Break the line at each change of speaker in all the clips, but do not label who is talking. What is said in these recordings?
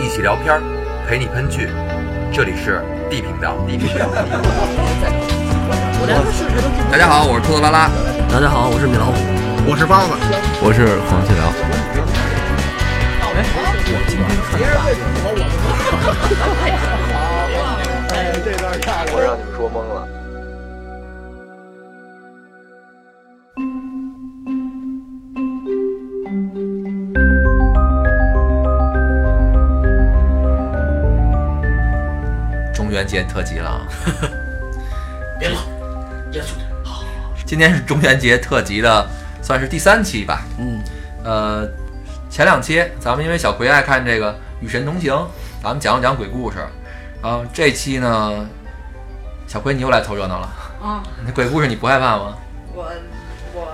一起聊片儿，陪你喷剧。这里是 D 频道，D 频 道。大家好，我是兔子拉拉。
大家好，我是米老虎。
我是包子，
我是黄继辽。
我让你们说懵了。
中元节特辑了啊，
别闹，别出
今天是中元节特辑的，算是第三期吧。
嗯，
呃，前两期咱们因为小葵爱看这个《与神同行》，咱们讲了讲鬼故事。然后这期呢，小葵你又来凑热闹了。
嗯
啊，
那鬼故事你不害怕吗？
我我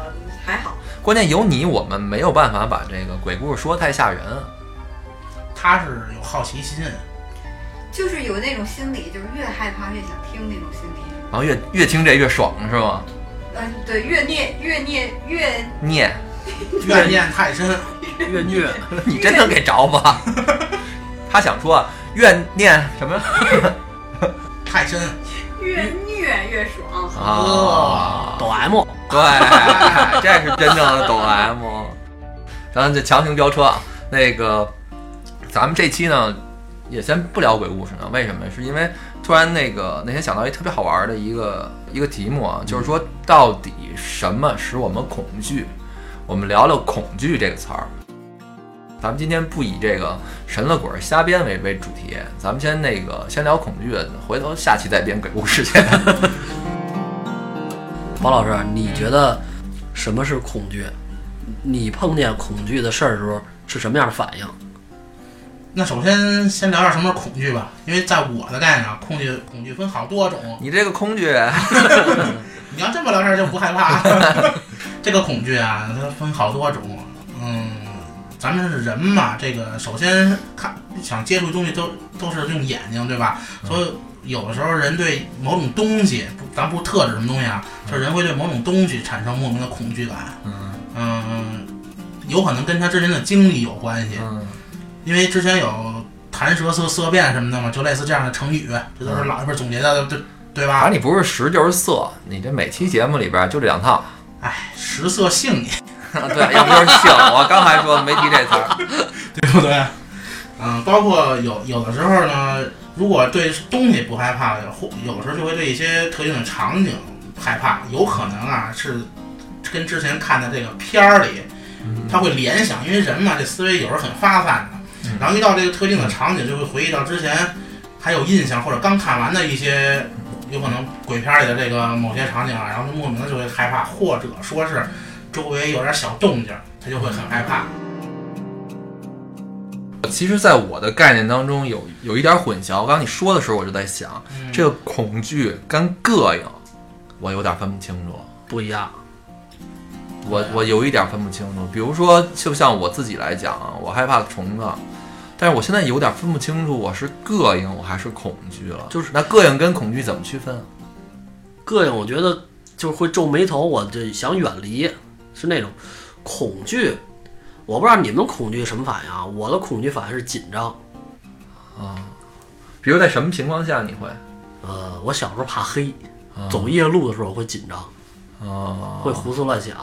还好，
关键有你，我们没有办法把这个鬼故事说太吓人。
他是有好奇心，
就是有那种心理，就是越害怕越想听那种心理。
然后越越听这越爽是吗？
嗯、对，越念越念越
念，
怨念太深，
越虐，
你真能给着吗？ 他想说啊，怨念什么
太深。
越
嗯
虐越爽。
啊？
抖 M，
对， 这是真正的抖 M。咱们就强行飙车啊！那个，咱们这期呢，也先不聊鬼故事呢。为什么？是因为突然那个那天想到一特别好玩的一个一个题目啊，就是
嗯
说到底什么使我们恐惧？我们聊聊“恐惧”这个词儿。咱们今天不以这个神了鬼儿瞎编为为主题，咱们先那个先聊恐惧，回头下期再编鬼故事去。
包老师，你觉得什么是恐惧？你碰见恐惧的事儿的时候是什么样的反应？
那首先先聊聊什么是恐惧吧，因为在我的概念上，啊恐惧恐惧分好多种。
你这个恐惧，
你要这么聊天就不害怕。 这个恐惧啊，它分好多种。嗯，咱们是人嘛，这个首先看想接触东西都都是用眼睛，对吧？
嗯
所以有的时候人对某种东西，不咱不特指什么东西啊，就是人会对某种东西产生莫名的恐惧感。
嗯
嗯，有可能跟他之前的经历有关系，
嗯。
因为之前有弹舌色色变什么的嘛，就类似这样的成语，这都是老一辈总结的，对对
嗯反
吧？
正你不是实就是色，你这每期节目里边就这两套。
哎，食色性也，
对，要不就是性，我刚才说没提这词儿。
对不 对？嗯，包括有有的时候呢，如果对东西不害怕的，或有时候就会对一些特定的场景害怕，有可能啊是跟之前看的这个片儿里，他会联想，因为人嘛这思维有时候很发散的
嗯，
然后遇到这个特定的场景，就会回忆到之前还有印象或者刚看完的一些。有可能鬼片里的这个某些场景啊，然后他莫名的就会害怕，或者说是周围有点小动静，他就会很害怕。
其实，在我的概念当中有有一点混淆。刚刚你说的时候，我就在想，
嗯
这个恐惧跟膈应，我有点分不清楚。
不一样，
我我有一点分不清楚。比如说，就像我自己来讲啊，我害怕虫子，但是我现在有点分不清楚，我是膈应我还是恐惧了。
就是
那膈应跟恐惧怎么区分啊？
膈应，我觉得就是会皱眉头，我就想远离，是那种恐惧。我不知道你们恐惧什么反应啊？我的恐惧反应是紧张。
比如在什么情况下你会？
呃，我小时候怕黑，
啊
走夜路的时候我会紧张，
啊，
会胡思乱想，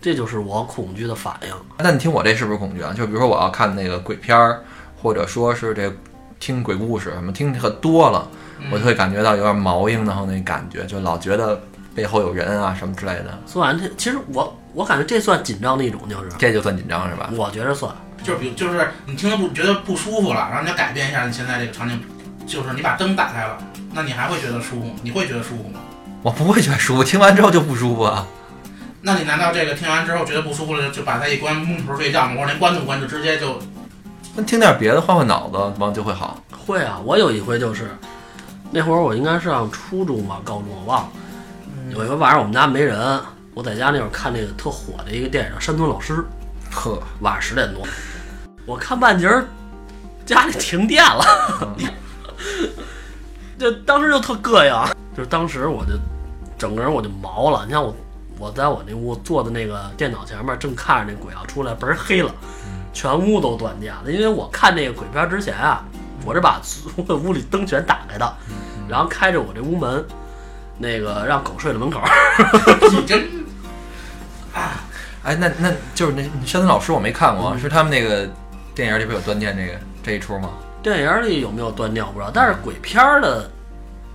这就是我恐惧的反应。
那你听我这是不是恐惧啊？就比如说我要看那个鬼片儿，或者说是这听鬼故事什么，听可多了，
嗯
嗯
我就会感觉到有点毛硬的那感觉，就老觉得背后有人啊什么之类的，
算这，其实我我感觉这算紧张的一种，就是
这就算紧张是吧？
我觉着算。
就是比如就是你听着不觉得不舒服了，然后你要改变一下你现在这个场景，就是你把灯打开了，那你还会觉得舒服吗？你会觉得舒服吗？
我不会觉得舒服，听完之后就不舒服啊。
那你难道这个听完之后觉得不舒服了，就就把它一关蒙头睡觉吗？或者连关都不关，就直接 就
那听点别的，换换脑子，完就会好。
会啊，我有一回就是，那会儿我应该是上初中吧，高中我忘了。有一回晚上我们家没人，我在家那会儿看那个特火的一个电影《山村老师》，
呵，
晚上十点多，我看半截儿，家里停电了， 就当时就特膈应，啊就是当时我就整个人我就毛了。你看我我在我那屋坐的那个电脑前面，正看着那鬼要出来，嘣儿黑了，全屋都断电了。因为我看这个鬼片之前啊，我是把我的屋里灯全打开的，然后开着我这屋门，那个让狗睡在门口。
你真
哎，那那就是那山村老师我没看
嗯
过，啊是他们那个电影里边有断电这个这一出吗？
电影里有没有断电我不知道，但是鬼片儿的，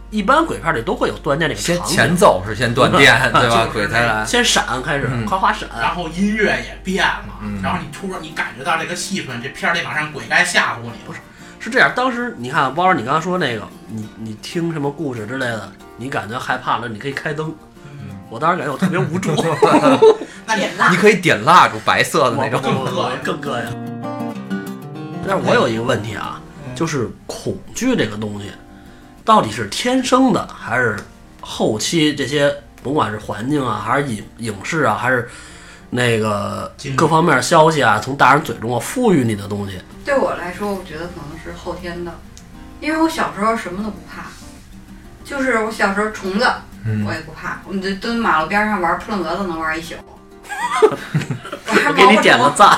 一般鬼片儿里都会有断电这个
先
场景。
前奏是先断 电，对吧？
就是
鬼才来。
先闪开始，
嗯
夸夸闪，
然后音乐也变了，
嗯
然后你突然你感觉到这个气氛，这片儿得往上鬼该吓唬你了。
是这样。当时你看，包儿，你刚刚说那个，你你听什么故事之类的，你感觉害怕了，你可以开灯。
嗯
我当时感觉我特别无助，
那你
点蜡
你可以点蜡烛，白色的那
我
种。
更膈更膈应。但是我有一个问题啊，就是恐惧这个东西，到底是天生的，还是后期这些甭管是环境啊，还是影影视啊，还是那个
经历
各方面消息啊，从大人嘴中啊赋予你的东西？
对我来说，我觉得可能是后天的，因为我小时候什么都不怕，就是我小时候虫子
嗯
我也不怕，我们就蹲马路边上玩扑棱蛾子能玩一 宿。我还
我给你点个赞。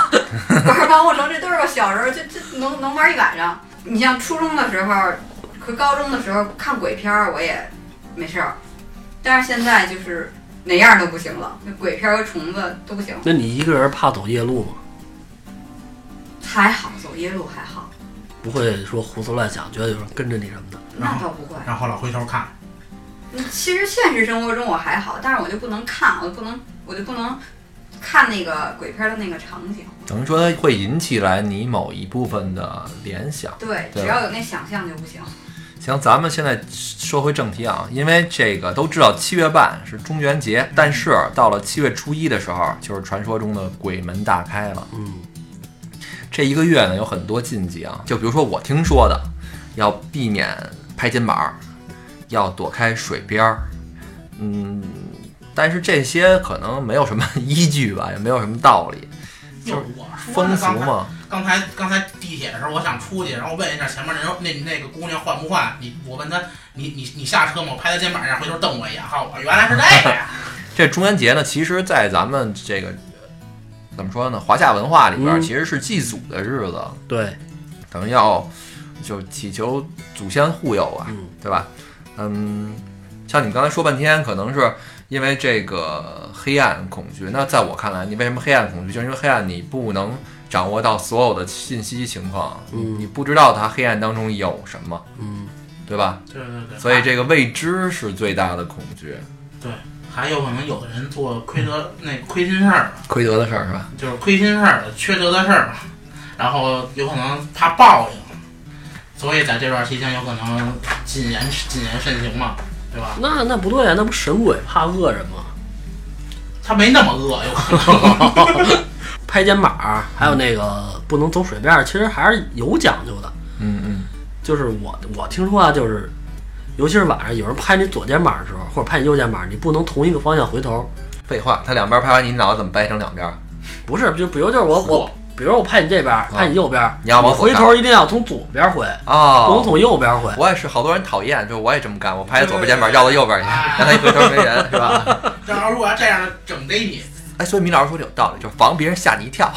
玩防火城，这都是我小时候就就能能玩一晚上。你像初中的时候和高中的时候看鬼片儿，我也没事儿，但是现在就是哪样都不行了，那鬼片儿和虫子都不行。
那你一个人怕走夜路吗？
还好走夜路还好，
不会说胡思乱想，觉得有人跟着你什么的？
那倒不会。
然后老回头看，
嗯其实现实生活中我还好，但是我就不能看，我就不能，我就不能看那个鬼片儿的那个场景。
等于说会引起来你某一部分的联想。
对，
对
只要有那想象就不行。
行，咱们现在说回正题啊，因为这个都知道七月半是中元节，但是到了七月初一的时候，就是传说中的鬼门大开了。
嗯，
这一个月呢，有很多禁忌啊，就比如说我听说的，要避免拍肩膀儿，要躲开水边儿，嗯，但是这些可能没有什么依据吧，也没有什么道理，
就是我说
风
呢
俗
刚才
嘛。
刚才刚才地铁的时候，我想出去，然后问一下前面那人那那个姑娘换不换？你我问她，你你你下车吗？我拍她肩膀上，回头瞪我一眼，哈，我原来是这个呀。
这中元节呢，其实，在咱们这个呃怎么说呢，华夏文化里边，
嗯
其实是祭祖的日子，
对，
等于要就祈求祖先护佑啊，
嗯
对吧？嗯，像你刚才说半天，可能是因为这个黑暗恐惧。那在我看来，你为什么黑暗恐惧？就是因为黑暗你不能掌握到所有的信息情况，
嗯
你不知道它黑暗当中有什么，
嗯，
对吧？
对对对，
所以这个未知是最大的恐惧，
还有可能有的人做呃亏德那亏心事儿了，
亏德的事儿是吧？
就是亏心事儿了，缺德的事儿了，然后有可能怕报应，所以在这段期间有可能谨言谨言慎行嘛，对吧？
那那不对啊，那不神鬼怕恶人吗？
他没那么恶，有可能。
拍肩膀儿，还有那个不能走水面儿，其实还是有讲究的。
嗯嗯。
就是我我听说啊，就是尤其是晚上有人拍你左肩膀的时候，或者拍你右肩膀，你不能同一个方向回头。
废话，他两边拍完你脑袋怎么掰成两边？
不是，就比如就是我我，比如我拍你这边儿，拍你右边儿，
你要往左
回头一定要从左边儿回，不能
哦，
从右边儿回。
我也是，好多人讨厌，就是我也这么干，我拍他左边肩膀绕到右边去，
哎
让他一回头没人，是吧？
然后如果要这样整逮你，
哎，所以米老师说的有道理，就是防别人吓你一跳。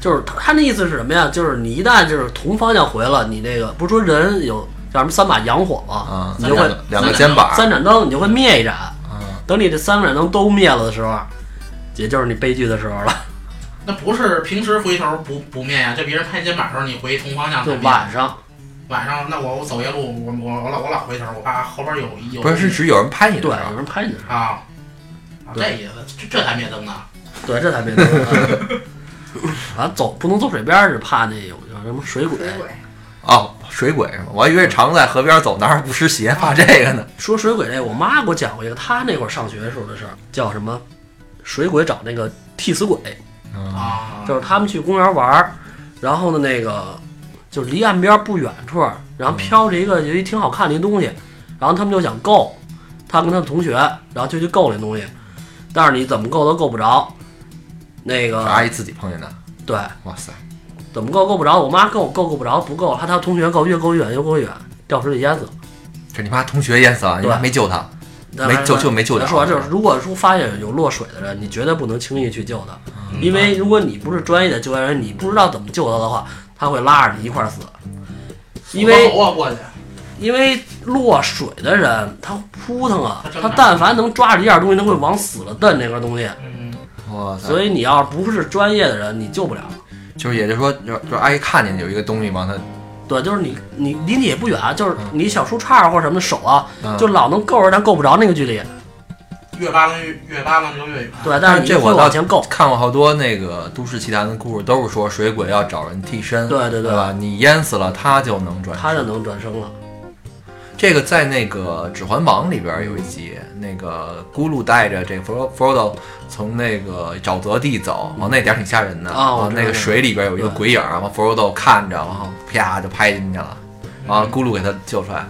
就是他他那意思是什么呀？就是你一旦就是同方向回了，你那个不是说人有叫什么三把洋火吗
啊？，
你就会
两个两个肩膀，
三盏灯，你就会灭一盏。
嗯，
等你这三盏灯都灭了的时候，啊也就是你悲剧的时候了。
那不是平时回头不不面呀、这别人拍肩膀的时候你回同 方向
就
才面
晚上，
啊晚上那我我走夜路，我我我老我老回头，我怕后边有有
不是是指有人拍你
对，
的时候
有人拍你的时候，
啊，啊
对
这意思，这这才灭灯呢。
对，这才悲剧。啊，走不能走水边儿是怕那有有什么水鬼。
水鬼，
哦，水鬼是吗？我还以为常在河边走，哪儿不湿鞋，怕这个呢。
说水鬼这，我妈给我讲过一个，她那会儿上学的时候的事儿，叫什么？水鬼找那个替死鬼。
嗯
啊，
就是他们去公园玩儿，然后呢，那个就是离岸边不远处，然后飘着一个有一挺好看的一东西，然后他们就想够，他跟他的同学，然后就去够那东西，但是你怎么够都够不着，那
是
个
阿姨自己碰见的，
对，
哇塞，
怎么够够不着，我妈够够够不着，不够，她她同学够越够越远越够越远，掉水里淹死了，
这你妈同学淹死了，你妈
对
没救他，
那
没
还是
救就没救了啊
说完就是，如果说发现有落水的人，你绝对不能轻易去救他，
嗯
因为如果你不是专业的救援人，你不知道怎么救他的话，他会拉着你一块儿死。因为
我过去，
因为落水的人他扑腾啊
他，正
他
常
但凡能抓着一样东西，他会往死了蹬那个东西。
嗯，
哇塞！
所以你要不是专业的人，你救不了。
就是也就是说，就是就是阿姨看见有一个东西往他，
对，就是你你离你也不远，啊就是你小树杈儿或者什么的手啊，
嗯、
就老能够着，但够不着那个距离。
越扒拉越越扒拉就越远。
对，但是
但是
你
这
会
我倒
往前够。
看过好多那个都市奇谭的故事，都是说水鬼要找人替身，
对对
对，吧？你淹死了，他就能转世。
他就能转生了。
这个在那个《指环王》里边有一集，那个咕噜带着这个 Fro- Frodo 从那个沼泽地走，往那点儿挺吓人的
嗯啊我
往
知道
那个水里边有一个
对
鬼影儿，完 Frodo 看着，然后啪就拍进去了，
啊
完
啊嗯
了咕噜给他救出来。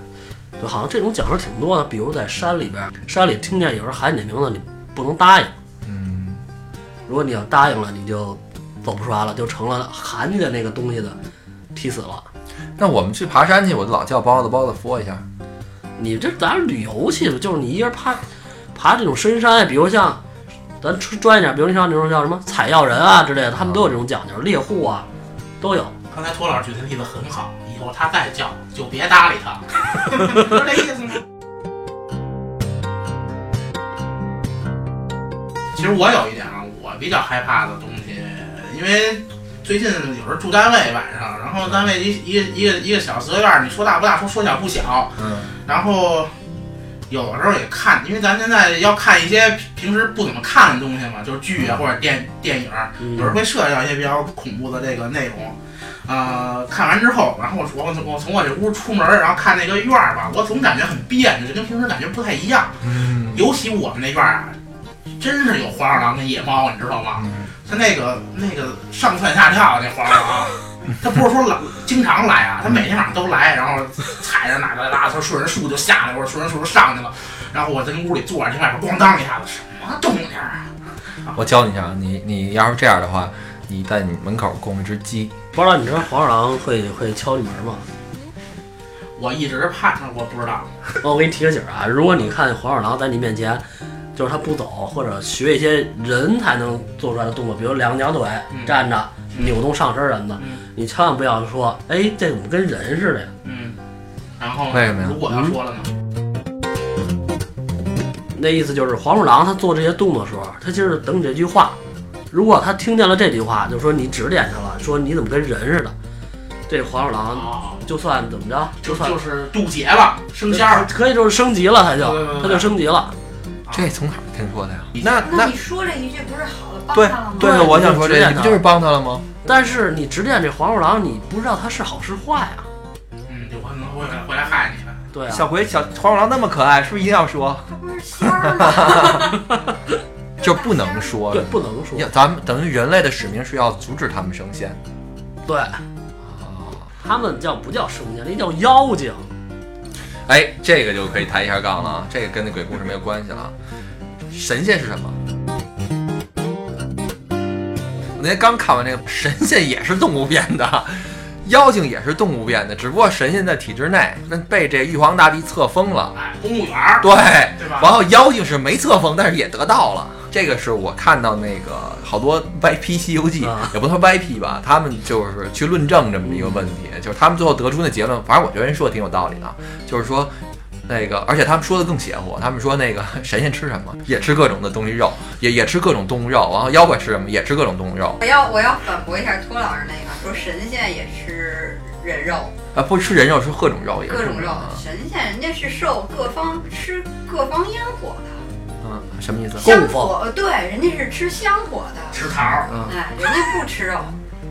就好像这种讲述挺多的，比如在山里边儿，山里听见有人喊你的名字，你不能答应。
嗯，
如果你要答应了，你就走不出来了，就成了喊你的那个东西的踢死了。
那我们去爬山去，我就老叫包子包子佛一下。
你这咱是旅游去了，就是你一人爬爬这种深山，比如像咱专业点，比如像那种叫什么采药人啊之类的，他们都有这种讲究，猎户啊都有。
刚才托老师举的例子很好，以后他再叫就别搭理 他，是这意思吗？其实我有一点啊，我比较害怕的东西，因为最近有时候住单位晚上，然后单位一一个一个一个小四合院儿，你说大不大，说说小不小，
嗯，
然后有的时候也看，因为咱现在要看一些平时不怎么看的东西嘛，就是剧啊或者电电影儿，有时候
嗯，
会涉及到一些比较恐怖的这个内容。呃，看完之后，然后我我我从我这屋出门，然后看那个院儿吧，我总感觉很别扭，就跟平时感觉不太一样。
嗯
嗯
尤其我们那院儿啊，真是有黄鼠狼跟野猫，你知道吗？它那个那个上蹿下跳的那黄鼠狼，它啊不是说老经常来啊，它每天晚上都来，然后踩着哪个拉，它顺着树就下来，或者顺着树就上去了。然后我在跟屋里坐着，听外边咣当一下子，什么动静儿啊？
我教你一下，你你要是这样的话，你在你门口供一只鸡，
不知道你知道黄鼠狼会会敲你门吗？
我一直盼着，我不知道。
哦，我给你提个醒儿啊，如果你看见黄鼠狼在你面前，就是它不走，或者学一些人才能做出来的动作，比如两条腿
嗯
站着、扭动上身儿什么的，
嗯
你千万不要说，哎，这怎么跟人似的呀？
嗯，然后
为什么呀
如果要说了呢？
那意思就是黄鼠狼它做这些动作的时候，它其实是等你这句话。如果它听见了这句话，就说你指点它了，说你怎么跟人似的，这黄鼠
嗯
狼
啊，
就算怎么着，
就
算
就是渡劫了，升仙儿。
可以就是升级了，
对
它
对
就
对
它就升级了。
这从哪儿听说的呀？那
那
那
你说这一句不是好了帮
对
他了吗？
对啊，
对
我
你
想
就
说
指
这，
点
你不
他
就是帮他了吗？
但是你指点这黄鼠狼，你不知道它是好是坏啊。
嗯，有可能会来会来害你的。
对啊，
小鬼小黄鼠狼那么可爱，是不是一定要说？
他不是仙儿吗？
就不能说
对，不能说
要。咱们等于人类的使命是要阻止他们升仙。
对，
啊
他们叫不叫升仙？那叫妖精。
哎，这个就可以抬一下杠了，啊，这个跟那鬼故事没有关系了啊。神仙是什么？我那天刚看完这个，神仙也是动物变的，妖精也是动物变的，只不过神仙在体制内，那被这玉皇大帝册封了。
哎，公务员儿，
对，
对吧
然后妖精是没册封，但是也得到了。这个是我看到那个好多歪批《西游记》
啊
也不能说歪批吧，他们就是去论证这么一个问题，
嗯
就是他们最后得出那结论，反正我觉得人说的挺有道理的，啊就是乎。那个，而且他们说的更邪乎，他们说那个神仙吃什么也吃各种的东西肉，也也吃各种动物肉，然后妖怪吃什么也吃各种动物肉，
我要我要反驳一下托老师那个，说神仙也吃人肉，
啊，不吃人肉吃各种肉，也是
各种肉
啊，
神仙人家是受各方吃各方烟火的，
嗯，什么意思？
香
供
火
奉
呃对，人家是吃香火的，
吃桃儿，
嗯
哎，人家不吃肉，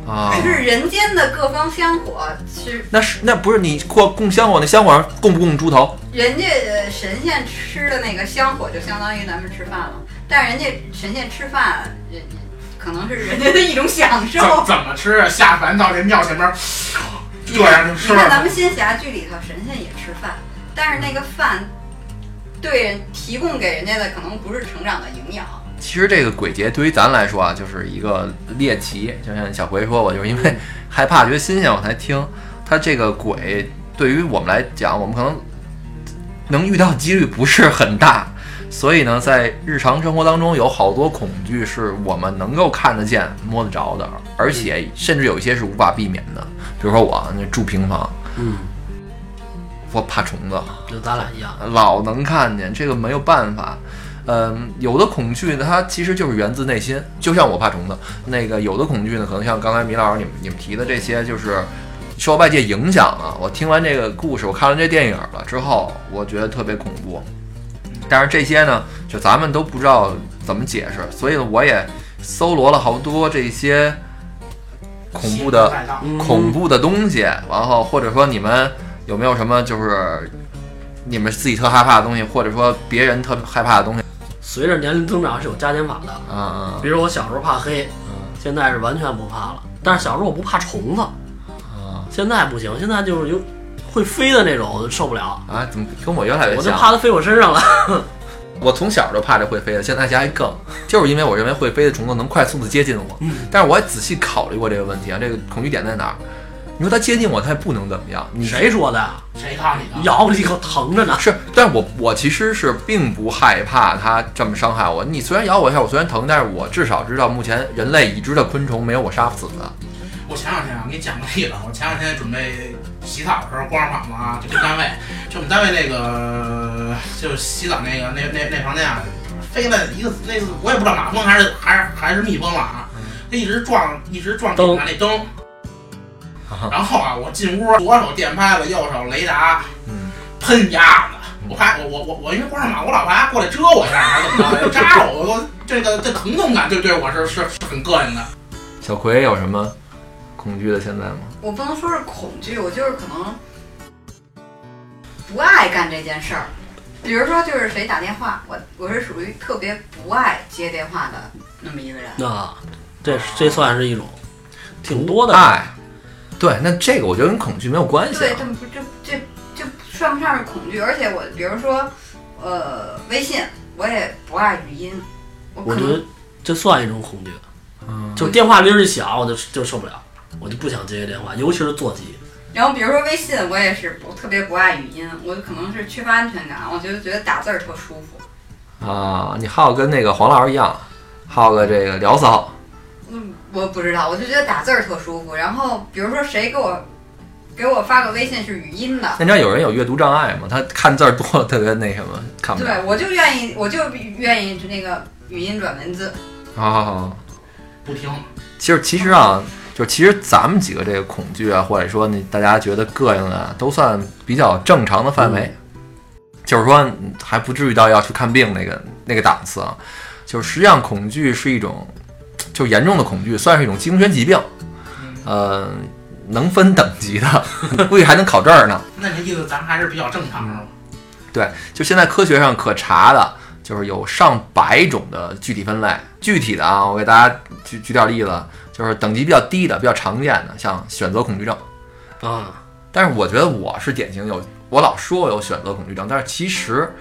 啊，
是人间的各方香火吃，
那是那不是你过供香火，那香火供不供猪头？
人家呃神仙吃的那个香火就相当于咱们吃饭了，但是人家神仙吃饭，人可能是人家的一种享
怎
受。
怎么吃啊？下凡到这庙前面，这样就
你
吃
看咱
了。
们仙侠剧里头，神仙也吃饭，但是那个饭对人提供给人家的可能不是成长的营养。
其实这个鬼节对于咱来说啊，就是一个猎奇，就像小葵说，我就是因为害怕，觉得新鲜我才听。它这个鬼对于我们来讲，我们可能能遇到几率不是很大，所以呢，在日常生活当中，有好多恐惧是我们能够看得见、摸得着的，而且甚至有一些是无法避免的。比如说我那住平房，
嗯，
我怕虫子，
就咱俩一样，
老能看见，这个没有办法。嗯，有的恐惧呢，它其实就是源自内心，就像我怕虫子，那个有的恐惧呢，可能像刚才米老师你们你们提的这些，就是受外界影响了。我听完这个故事，我看完这电影了之后，我觉得特别恐怖。但是这些呢，就咱们都不知道怎么解释，所以呢，我也搜罗了好多这些恐怖的
嗯
恐怖的东西，然后或者说你们有没有什么就是你们自己特害怕的东西，或者说别人特害怕的东西？
随着年龄增长是有加减法的。
嗯
比如我小时候怕黑，
嗯
现在是完全不怕了。但是小时候我不怕虫子，
嗯
现在不行，现在就是有会飞的那种，我就受不了，
啊，怎么跟我越来越
我就
像？
怕它飞我身上了。
我从小就怕这会飞的，现在家还更，就是因为我认为会飞的虫子能快速的接近我。
嗯
但是我也仔细考虑过这个问题啊，这个恐惧点在哪儿？你说它接近我，它也不能怎么样。你啊
谁说的呀？
谁看你的？
咬我一口疼着呢。
是，但是我我其实是并不害怕它这么伤害我。你虽然咬我一下，我虽然疼，但是我至少知道目前人类已知的昆虫没有我杀不死的。
我前两天啊，我给你讲个例子。我前两天准备洗澡的时候，光着膀子啊，就跟单位，就我们单位那个就洗澡那个那那那房间啊，飞了一个那个我也不知道马蜂还是还是还是蜜蜂了啊，它一直撞一直撞
灯
顶上那灯。然后啊，我进屋，左手电拍子，右手雷达，
嗯，
喷丫的。我怕我我我我因为光着膀，我老怕他过来蛰我一下，还是怎么着，扎我，我这个这疼痛感对对我是是是很膈应的。
小葵有什么恐惧的现在吗？
我不能说是恐惧，我就是可能不爱干这件事儿。比如说，就是谁打电话，我我是属于特别不爱接电话的那么一个人。
那啊这
啊
这算是一种，挺多的。
爱，对，那这个我觉得跟恐惧没有关系、
对，
啊
这。不这这这算不上是恐惧，而且我比如说，呃，微信我也不爱语音，我
我
可
觉
能
得这算一种恐惧，
嗯，
就电话铃儿一响，我就就受不了，我就不想接电话，尤其是座机。
然后比如说微信，我也是不特别不爱语音，我可能是缺乏安全感，我就觉得打字儿特舒服。
啊，你好跟那个黄老师一样，好个这个聊骚，
嗯，我不知道，我就觉得打字儿特舒服。然后比如说谁给我给我发个微信是语音的，
那你知道有人有阅读障碍吗？他看字儿多了特别那什么，看不了。
对我就愿意，我就愿意那个语音转文字。
好好好。
不听，
其实其实啊，就是其实咱们几个这个恐惧啊，或者说你大家觉得膈应啊，都算比较正常的范围，就是说嗯还不至于到要去看病那个那个档次啊。就是实际上恐惧是一种，就严重的恐惧，算是一种精神疾病，呃，能分等级的，估计还能考证儿呢。
那你意思咱还是比较正常是
嗯
吧？
就现在科学上可查的，就是有上百种的具体分类。具体的啊，我给大家举举点例子，啊就是等级比较低的、比较常见的，像选择恐惧症。
啊，
但是我觉得我是典型有，我老说我有选择恐惧症，但是其实，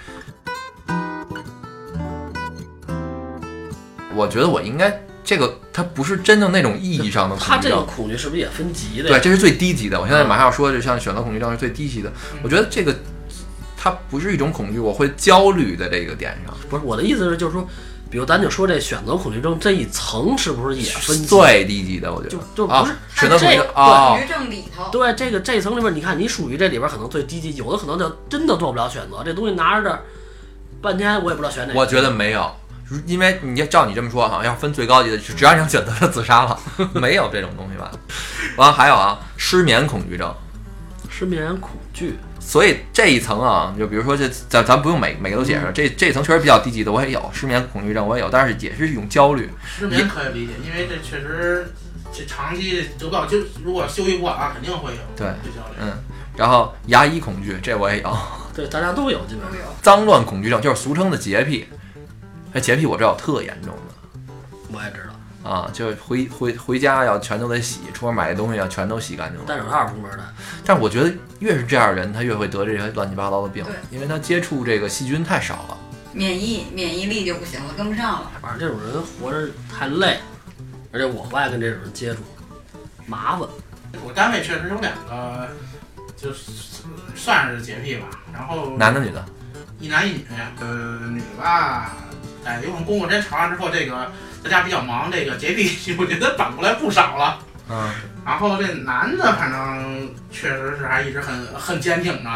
我觉得我应该这个它不是真正那种意义上的啊恐
他
惧
这个嗯
症。
恐惧是不是也分级的
对，
呀？
这是最低级的。我现在马上要说，就像选择恐惧症是最低级的。
嗯
我觉得这个它不是一种恐惧，我会焦虑的这个点上。
不是我的意思是，就是说，比如咱就说这选择恐惧症这一层是不是也分级？
最低级的，我觉
就
得
就
啊
不是
选择恐惧症
这
啊
语，症里头，
对这个这一层里面，你看你属于这里边可能最低级，有的可能就真的做不了选择，这东西拿着这儿半天我也不知道选哪个。
我觉得没有，如因为你要照你这么说哈，要分最高级的，只要你想选择了自杀了， 没有这种东西吧？完了还有啊，失眠恐惧症，
失眠恐惧，
所以这一层啊，就比如说这咱咱不用每每个都解释，这这一层确实比较低级的，我也有失眠恐惧症，我也有，但是也是一种焦虑，
失眠可以理解，因为这确实这长期得不到，就如果休息不好啊，肯定会有
对
会焦虑。
嗯，然后牙医恐惧这我也有，
对，咱俩都有基本上
都。有。
脏乱恐惧症就是俗称的洁癖，哎，洁癖我这有特严重的。
我也知道，
啊，就是回回回家要全都得洗，出门买的东西要全都洗干净了。
戴手套出门的，
但我觉得越是这样的人，他越会得这些乱七八糟的病
对，
因为他接触这个细菌太少了。
免疫免疫力就不行了，跟不上了。
反正这种人活着太累，而且我不爱跟这种人接触，麻烦。
我单位确实有两个，就是算是洁癖吧，然后
嗯
男的女的，
一男一女，呃，女吧，哎，有种工作时间长了之后，这个在家比较忙，这个洁癖我觉得反过来不少了。
嗯，
然后这男的，反正确实是还一直很很坚挺的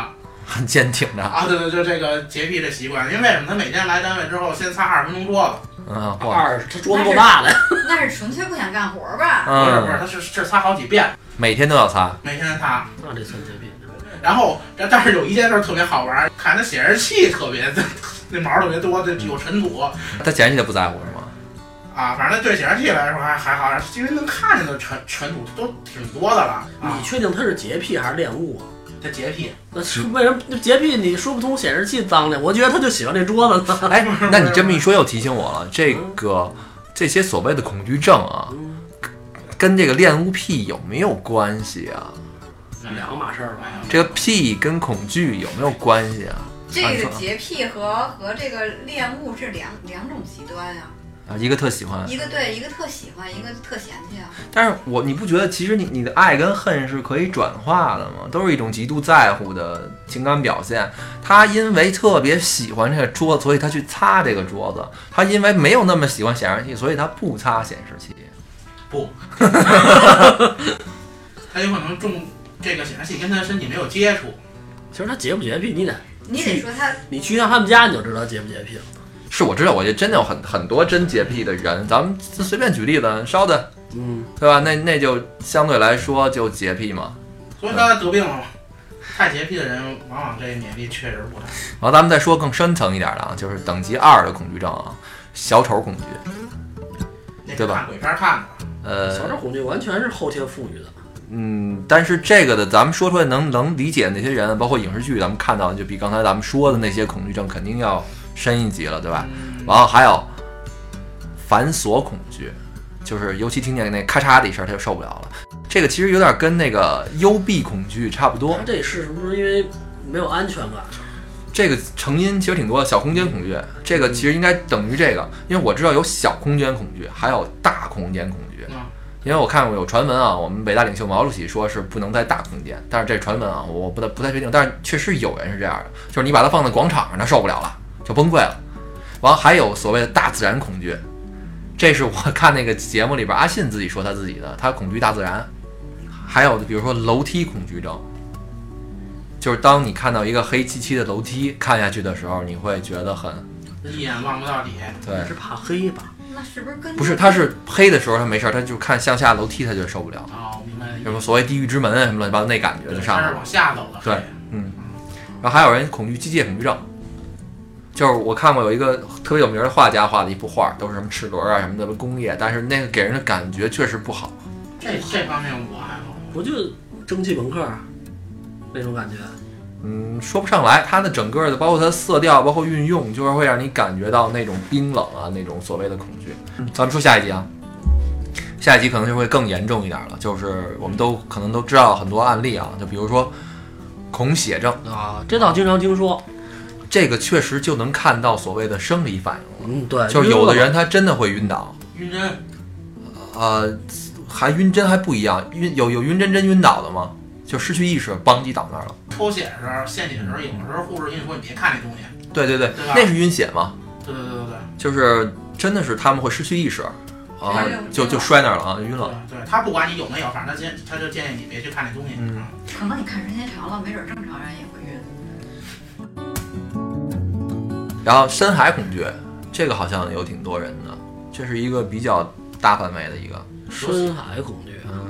很坚挺的，
啊，对对，就这个洁癖这习惯，因为为什么？他每天来单位之后，先擦二十分钟桌子，
嗯，哇，
二，他桌子够大的，
那是纯粹不想干活儿吧？
不是不是，
嗯，
他是是擦好几遍，
每天都要擦，
每天擦。
那啊这算洁癖。
然后，但但是有一件事儿特别好玩儿，看他显示器特别， 那毛儿特别多，这有尘土
他显然你都不在乎是 吗？
啊。反正对显示器来说还还好，因为能看见的尘尘土都挺多的了啊
嗯
你。确定他是洁癖还是恋物啊？
这洁癖，
那是为什么那洁癖你说不通显示器脏呢？我觉得他就喜欢这桌子呢。
哎，那你这么一说又提醒我了，这个这些所谓的恐惧症啊，跟这个恋物癖有没有关系啊？
两个码事儿吧。
哎
这个癖跟恐惧有没有关系啊？
这
啊你
个
说
洁癖和和这个恋物是两两种极端啊，
啊，一个特喜欢，
一个对，一个特喜欢，一个特嫌弃啊。
但是我你不觉得其实你你的爱跟恨是可以转化的吗？都是一种极度在乎的情感表现。他因为特别喜欢这个桌子，所以他去擦这个桌子；他因为没有那么喜欢显示器，所以他不擦显示器。
不，他有可能中这个显示器跟他身体没有接触，
其实他洁不洁癖，你得
你得说他
你去一趟他们家你就知道洁不洁癖了。
是我知道，我就真的有很很多真洁癖的人，咱们随便举例子，烧的
嗯，
对吧？那那就相对来说就洁癖嘛。
所以他得病了嘛。太洁癖的人，往往这免疫力确实不太好。
然后咱们再说更深层一点的啊，就是等级二的恐惧症啊，小丑恐惧。
那
对
是
吧
看鬼片儿看的，
呃，
小丑恐惧完全是后天赋予的。
嗯，但是这个的，咱们说出来能能理解那些人，包括影视剧，咱们看到的就比刚才咱们说的那些恐惧症肯定要深一级了，对吧？
嗯
然后还有繁琐恐惧，就是尤其听见那咔嚓的一声，他就受不了了。这个其实有点跟那个幽闭恐惧差不多
他，这是不是因为没有安全感？
这个成因其实挺多的。小空间恐惧，这个其实应该等于这个，因为我知道有小空间恐惧，还有大空间恐惧。
啊，
因为我看过有传闻啊，我们伟大领袖毛主席说是不能在大空间，但是这传闻啊，我不太不太确定，但是确实有人是这样的，就是你把它放在广场上，他受不了了，就崩溃了。完还有所谓的大自然恐惧，这是我 看那个节目里边阿信自己说他自己的，他恐惧大自然。还有比如说楼梯恐惧症，就是当你看到一个黑漆漆的楼梯看下去的时候，你会觉得很
一眼望不到底。
对，
是怕黑吧？
那是不是跟
不是他是黑的时候他没事儿，他就看向下楼梯他就受不了。
哦，我明白了。
什么所谓地狱之门啊，什么乱七八糟那感觉就上
它
来
是
了。
往下走的。
对然后还有人恐惧机械恐惧症，就是我看过有一个特别有名的画家画的一幅画，都是什么齿轮啊什么的工业，但是那个给人的感觉确实不好。
这这方面我还好。
不就蒸汽朋克啊那种感觉？
嗯，说不上来，它的整个的包括它的色调，包括运用，就是会让你感觉到那种冰冷啊，那种所谓的恐惧。咱们说下一集啊，下一集可能就会更严重一点了，就是我们都可能都知道很多案例啊，就比如说恐血症，
啊，这倒经常听说。
这个确实就能看到所谓的生理反应了。
嗯，对，
就是有的人他真的啊会晕倒，
晕针
呃，还晕针还不一样，晕有有晕针真晕倒的吗？就失去意识，邦地倒那儿了。
抽血的时候、献血的时候，有的时候护士跟你说你别看这东西。
对对对
对吧，
那是晕血嘛，
对对对对对
就是真的是他们会失去意识，啊
哎呦，
就就摔那儿了啊，晕了。
对对，他不管你有没有，反正他建他就建议你别去看这东西。
嗯
啊
可能你看时间长了，没准正常人也会晕。
然后深海恐惧，这个好像有挺多人的，这是一个比较大范围的一个。
深海恐惧
嗯
啊，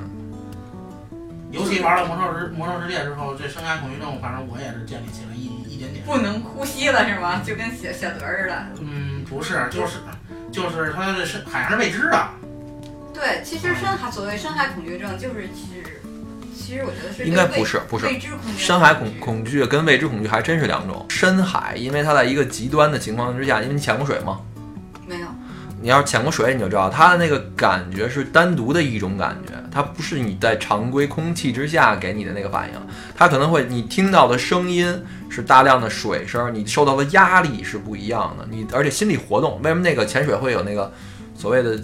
尤其玩了魔兽世魔兽世界之后，这深海恐惧症，反正我也是建立起了一一点点。
不能呼吸了是吗？ 就跟小小德似的。
嗯，不是，就是就是它的深海洋是未知的。
对，其实深海所谓深海恐惧症，就是指，其实我觉得是
应该
对未
不是不是
未知恐惧症
深海恐恐惧跟未知恐惧还真是两种。深海，因为它在一个极端的情况之下，因为你潜过水嘛，
没有，
你要是潜过水，你就知道它的那个感觉是单独的一种感觉，它不是你在常规空气之下给你的那个反应，它可能会你听到的声音是大量的水声，你受到的压力是不一样的，你而且心理活动，为什么那个潜水会有那个所谓的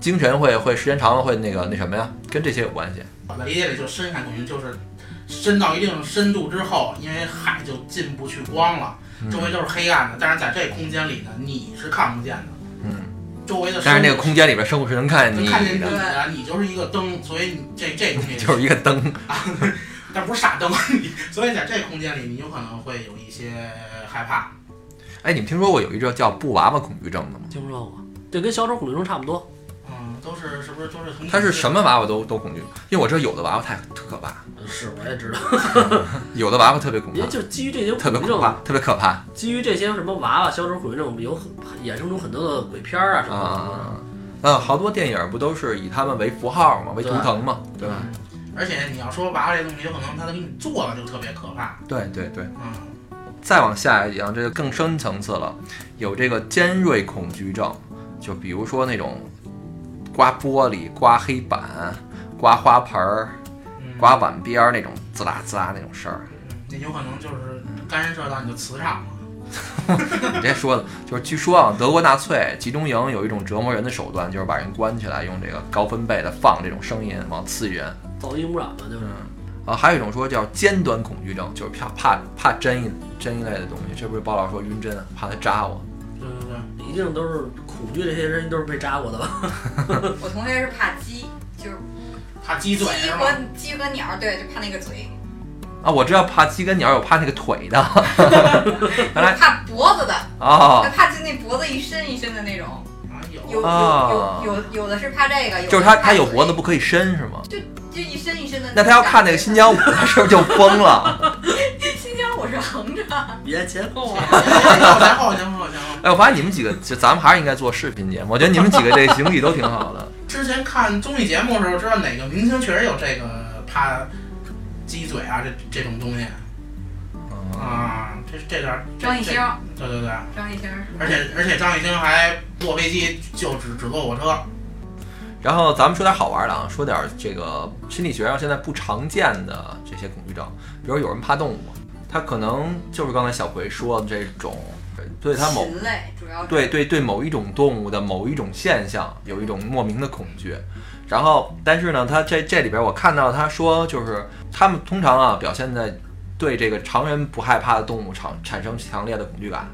精神会会时间长了会那个那什么呀，跟这些有关系。
我的理解里，就深海恐惧就是深到一定深度之后，因为海就进不去光了，
嗯
周围都是黑暗的，但是在这空间里呢，你是看不见的，
嗯，
周围的
但是那
生
个
物
空间里边生物是能看见
能
你
看见你
的，
的，你就是一个灯，所以你这这东 西
就是一个灯，
但不是傻灯，你所以在这空间里，你有可能会有一些害怕。
哎，你们听说过有一个叫布娃娃恐惧症的吗？
听说过，这跟小丑恐惧症差不多。
嗯，都是是不是都是从
它是什么娃娃都都恐惧，因为我知道有的娃娃太特可怕，
是，我也知道，
有的娃娃特别恐
因为
怕，
就基于这些
特别
恐惧
可怕
症，，啊
特别可怕
基于这些什么娃娃、小丑恐惧症，我们有很衍生出很多的鬼片儿啊什么
啊！嗯，好多电影不都是以他们为符号嘛，为图腾嘛，对吧？
嗯而且你要说娃娃这东西，有可能它给你做了就特别可怕。
对对对。
嗯，
再往下一样，这个更深层次了，有这个尖锐恐惧症，就比如说那种刮玻璃、刮黑板、刮花盆儿、
嗯
刮碗边儿那种滋啦滋啦那种事儿。
嗯那有可能就是干涉到你的磁场了。
你这说的，就是据说啊，德国纳粹集中营有一种折磨人的手段，就是把人关起来，用这个高分贝的放这种声音往刺激人。
的，噪音污染嘛，就是。
啊，还有一种说叫尖端恐惧症，就是怕怕怕针一针一类的东西。这不是包老说晕针，怕它扎我。
对对对，
一定都是恐惧，这些人都是被扎过的吧？
我同学是怕鸡，就是
怕鸡嘴是吗？
和鸡和鸟，对，就怕那个嘴，
啊，我知道怕鸡跟鸟有怕那个腿的，原来
怕脖子的，
哦，
怕就那脖子一伸一伸的那种。
啊
有
有，
啊
有有有有的是怕这个，有的
就是
怕
他他有
腿
脖子，不可以伸是吗？
就一伸一伸的。
那他要看 那个新疆舞，他是不是就疯了？
新疆我是横着，
别前后啊
前！后前后前后前后。
哎，我发现你们几个，就咱们还是应该做视频节目。我觉得你们几个这形体都挺好的。
之前看综艺节目的时候，知道哪个明星确实有这个怕鸡嘴啊这这种东西
嗯，
啊，这这点儿这
张艺 兴，
对对对，
张艺兴是
而且而且张艺兴还坐飞机就只只坐火车，
然后咱们说点好玩的啊，说点这个心理学上现在不常见的这些恐惧症，比如有人怕动物，他可能就是刚才小葵说的这种，对他某
禽类，主要是
对对对某一种动物的某一种现象有一种莫名的恐惧。然后，但是呢，他这这里边我看到他说，就是他们通常啊表现在对这个常人不害怕的动物产产生强烈的恐惧感，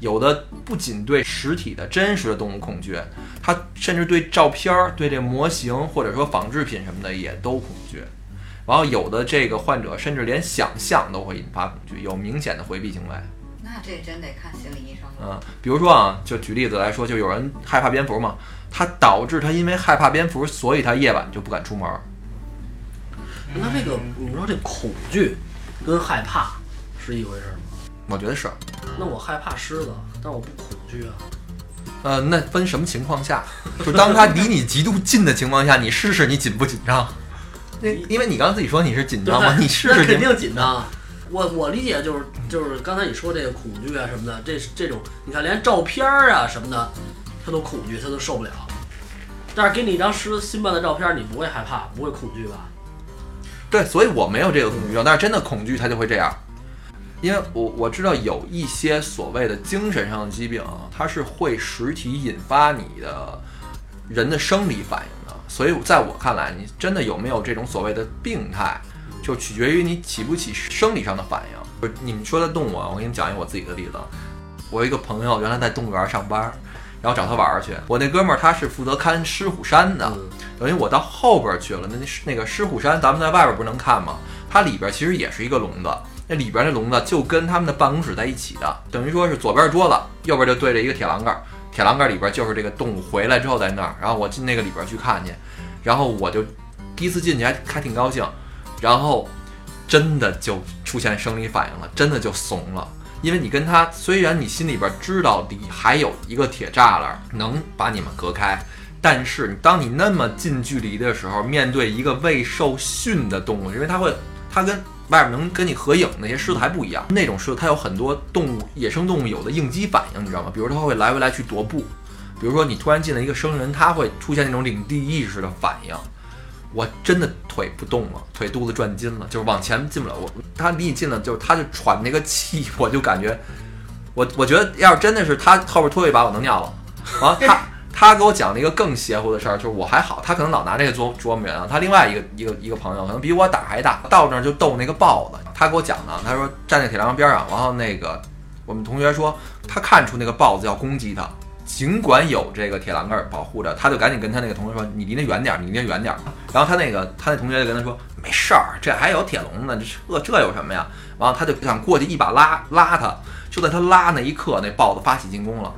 有的不仅对实体的真实的动物恐惧，他甚至对照片儿、对这模型或者说仿制品什么的也都恐惧。然后有的这个患者甚至连想象都会引发恐惧，有明显的回避行为。
那这真得看心理医生了。
嗯，比如说啊，就举例子来说，就有人害怕蝙蝠嘛，他导致他因为害怕蝙蝠，所以他夜晚就不敢出门儿。
那这个，你说这恐惧跟害怕是一回事儿吗？
我觉得是，
那我害怕狮子，但我不恐惧啊。
呃，那分什么情况下？就当他离你极度近的情况下，你试试你紧不紧 张？那因为你刚刚自己说你是紧张嘛，你试
啊那
试
肯
你。
定紧张啊。我我理解就是就是刚才你说这个恐惧啊什么的，这这种你看连照片儿啊什么的，他都恐惧，他都受不了。但是给你一张狮子新办的照片儿，你不会害怕，不会恐惧吧？
对，所以我没有这个恐惧症，但是真的恐惧他就会这样。因为我我知道有一些所谓的精神上的疾病啊，它是会实体引发你的人的生理反应的，所以在我看来，你真的有没有这种所谓的病态，就取决于你起不起生理上的反应。就是你们说的动物啊，我给你们讲一个我自己的例子。我有一个朋友原来在动物园上班，然后找他玩儿去。我那哥们儿他是负责看狮虎山的，
嗯，
等于我到后边去了，那那那个狮虎山，咱们在外边不能看吗？它里边其实也是一个笼子，那里边那笼子就跟他们的办公室在一起的，等于说是左边桌子，右边就对着一个铁栏杆，铁栏杆里边就是这个动物回来之后在那儿，然后我进那个里边去看去，然后我就第一次进去还还挺高兴，然后真的就出现生理反应了，真的就怂了。因为你跟他，虽然你心里边知道里还有一个铁栅栏能把你们隔开，但是你当你那么近距离的时候，面对一个未受训的动物，因为它会，它跟外面能跟你合影那些狮子还不一样，那种狮子它有很多动物，野生动物有的应激反应，你知道吗？比如它会来回来去踱步，比如说你突然进了一个生人，它会出现那种领地意识的反应。我真的腿不动了，腿肚子转筋了，就是往前进不了。我它离你近了，就是它就喘那个气，我就感觉，我我觉得要是真的是它后边拖我一把，我能尿了。啊，他他给我讲了一个更邪乎的事儿，就是我还好，他可能老拿这个捉捉摸人啊。他另外一个一个一个朋友可能比我胆儿还大，到那儿就逗那个豹子。他给我讲的，他说站在铁栏杆边上，然后那个我我们同学说他看出那个豹子要攻击他，尽管有这个铁栏杆儿保护着，他就赶紧跟他那个同学说：“你离那远点儿，你离那远点儿。”然后他那个他那同学就跟他说：“没事儿，这还有铁笼呢，这这有什么呀？”然后他就想过去一把拉拉他，就在他拉那一刻，那豹子发起进攻了，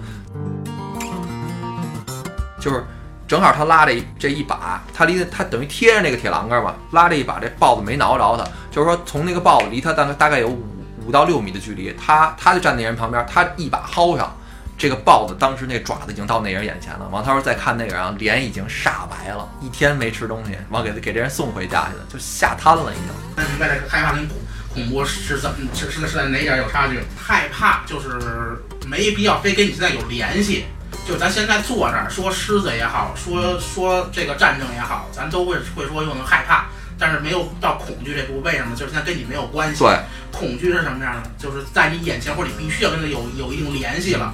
就是正好他拉这一这一把，他离他等于贴着那个铁栏杆嘛，拉这一把，这豹子没挠着他，就是说从那个豹子离他大概大概有五五到六米的距离，他他就站那人旁边，他一把薅上。这个豹子当时那爪子已经到那人眼前了，完他说再看那人啊，脸已经煞白了，一天没吃东西，完给给这人送回家去了，就吓瘫了已经。
那明白这个害怕跟恐恐怖是怎么是是是在哪点有差距？害怕就是没必要非跟你现在有联系。就咱现在坐这儿说狮子也好，说说这个战争也好，咱都会会说用的害怕，但是没有到恐惧这步。为什么？就是它跟你没有关系。
对，
恐惧是什么样的？就是在你眼前，或者你必须要跟它有有一定联系了，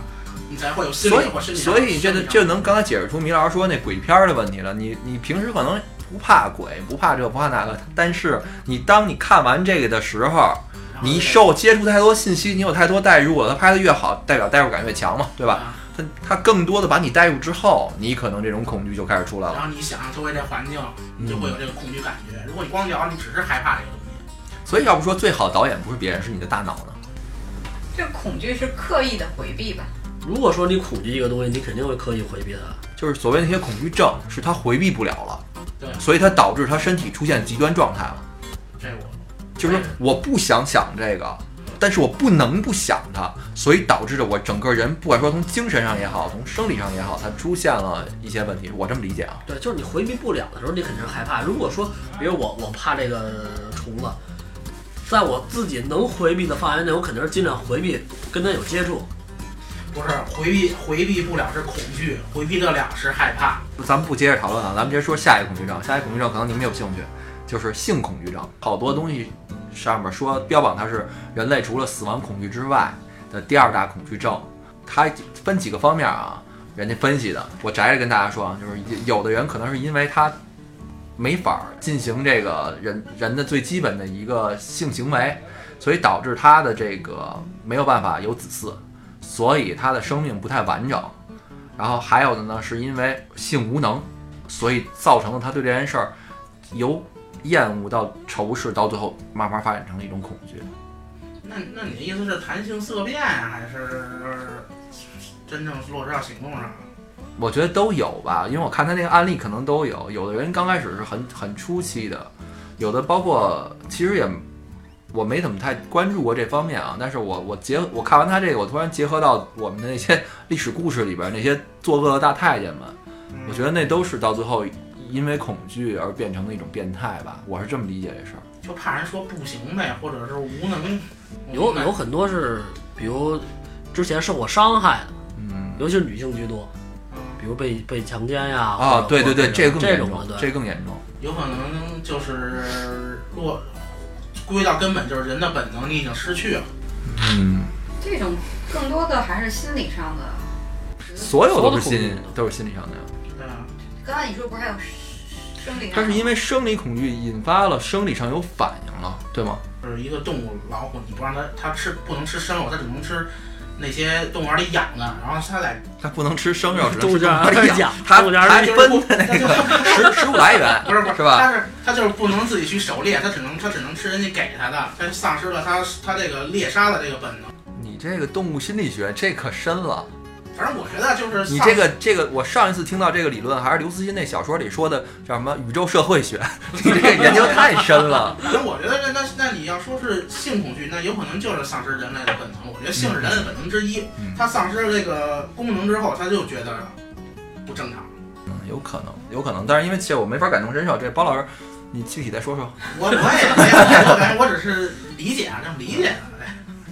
你才会有心理
所
或身
以
体
所以这就
就
这就能刚才解释出米老师说那鬼片儿的问题了。你你平时可能不怕鬼，不怕这不怕那个，但是你当你看完这个的时候，你受接触太多信息，你有太多代入了，他拍的越好，代表代入感越强嘛，对吧？
吧？
他他更多的把你带入之后，你可能这种恐惧就开始出来
然
了。
后你想周围这环境，你就会有这个恐惧感觉。如果你光聊，你只是害怕这个东西。
所以要不说最好导演不是别人，是你的大脑呢。
这恐惧是刻意的回避吧？
如果说你恐惧一个东西，你肯定会刻意回避它。
就是所谓那些恐惧症，是他回避不了了，
对
所以他导致他身体出现极端状态了。
这我
就是说我不想想这个，但是我不能不想它，所以导致着我整个人，不管说从精神上也好，从生理上也好，它出现了一些问题。我这么理解啊，
对，就是你回避不了的时候，你肯定是害怕。如果说，比如我我怕这个虫子，在我自己能回避的范围内，我肯定是尽量回避跟它有接触。
不是回避回避不了是恐惧，回避得了是害怕。
咱们不接着讨论了，啊咱们直接说下一个恐惧症。下一个恐惧症可能你们有兴趣，就是性恐惧症。好多东西上面说标榜它是人类除了死亡恐惧之外的第二大恐惧症，它分几个方面啊，人家分析的。我摘着跟大家说啊，就是有的人可能是因为他没法儿进行这个人人的最基本的一个性行为，所以导致他的这个没有办法有子嗣，所以他的生命不太完整。然后还有的呢，是因为性无能，所以造成了他对这件事儿由厌恶到仇视，到最后慢慢发展成了一种恐惧。
那那你的意思是谈性色变啊，还是真正落实到行动上？
我觉得都有吧，因为我看他那个案例可能都有，有的人刚开始是很 很初期的，有的包括其实也我没怎么太关注过这方面啊，但是我我结我看完他这个，我突然结合到我们的那些历史故事里边那些作恶的大太监们，我觉得那都是到最后因为恐惧而变成的一种变态吧，我是这么理解这事儿。
嗯就怕人说不行呗，或者是无能。
有有很多是，比如之前受过伤害的，
嗯
尤其是女性居多，
嗯
比如被被强奸呀。
啊，对对对，这
这
个更
这
严
种
重
的，，
这
对。
更严重。
有可能就是落归到根本就是人的本能你已经失去了。
嗯，
这种更多的还是心理上的。
所有都是
所有
心
的恐惧
都是心理上的呀。
对啊，
刚才你说不是还有生理上的？
它是因为生理恐惧引发了生理上有反应了，对吗？
就是一个动物老虎，你不让它它吃不能吃生肉，它只能吃那些动物园里养的，然后它在
它不能吃生肉，只能
中
吃
间 儿
它养
养，
它
中间儿
还
就是
分
不
的那
它就
个食食物来源，
不是不是
是吧
他是他就是不能自己去狩猎，他只能他只能吃人家给他的，他丧失了他他这个猎杀的这个本能。
你这个动物心理学这可深了，
反正我觉得就是丧
你这个这个，我上一次听到这个理论还是刘慈欣那小说里说的叫什么宇宙社会学， 你这个研究太深了。
那我觉得那那那你要说是性恐惧，那有可能就是丧失人类的本能。我觉得性是人类的本能之一，
嗯
他丧失了这个功能之后，他就觉得不正常。
嗯，有可能，有可能，但是因为这我没法感同身受，这包老师，你具体再说说。
我我也没有太多感觉，我只是理解啊，这么理解的。